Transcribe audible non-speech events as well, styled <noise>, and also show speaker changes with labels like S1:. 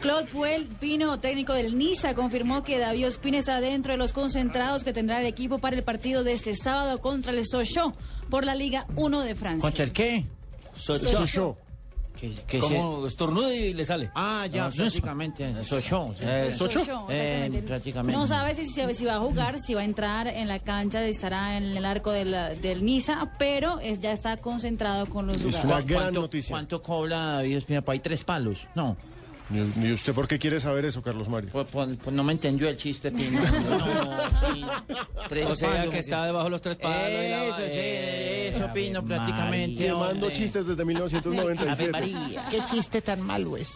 S1: Claude Puel, Pino, técnico del Niza, confirmó que David Ospina está dentro de los concentrados que tendrá el equipo para el partido de este sábado contra el Sochaux por la Liga 1 de Francia.
S2: ¿Contra el qué? Sochó. Que, que Como estornude y le sale. Ah, ya, prácticamente. Sochó. Eh,
S1: Sochaux, exactamente.
S2: Eh, prácticamente.
S1: No sabe si, si- si va a jugar, si va a entrar en la cancha, si estará en el arco de la- del Niza, pero es- ya está concentrado con los
S3: Es
S1: jugadores.
S3: una gran
S2: ¿Cuánto-
S3: noticia.
S2: ¿Cuánto cobra David Espina? Hay tres palos. No.
S3: ¿Y y usted por qué quiere saber eso, Carlos Mario?
S2: Pues, pues- pues no me entendió el chiste,
S4: <laughs>
S2: Pino. No, Pino. Tres
S4: O sea,
S2: palos,
S4: que
S2: porque-
S4: está debajo de los tres palos. y la-
S2: Eso, sí,
S4: Eh,
S2: eso, Pino,
S4: Ave María.
S2: prácticamente.
S3: Quemando
S2: hombre.
S3: chistes desde
S2: Ave
S3: 1997.
S2: María, qué chiste tan malo es.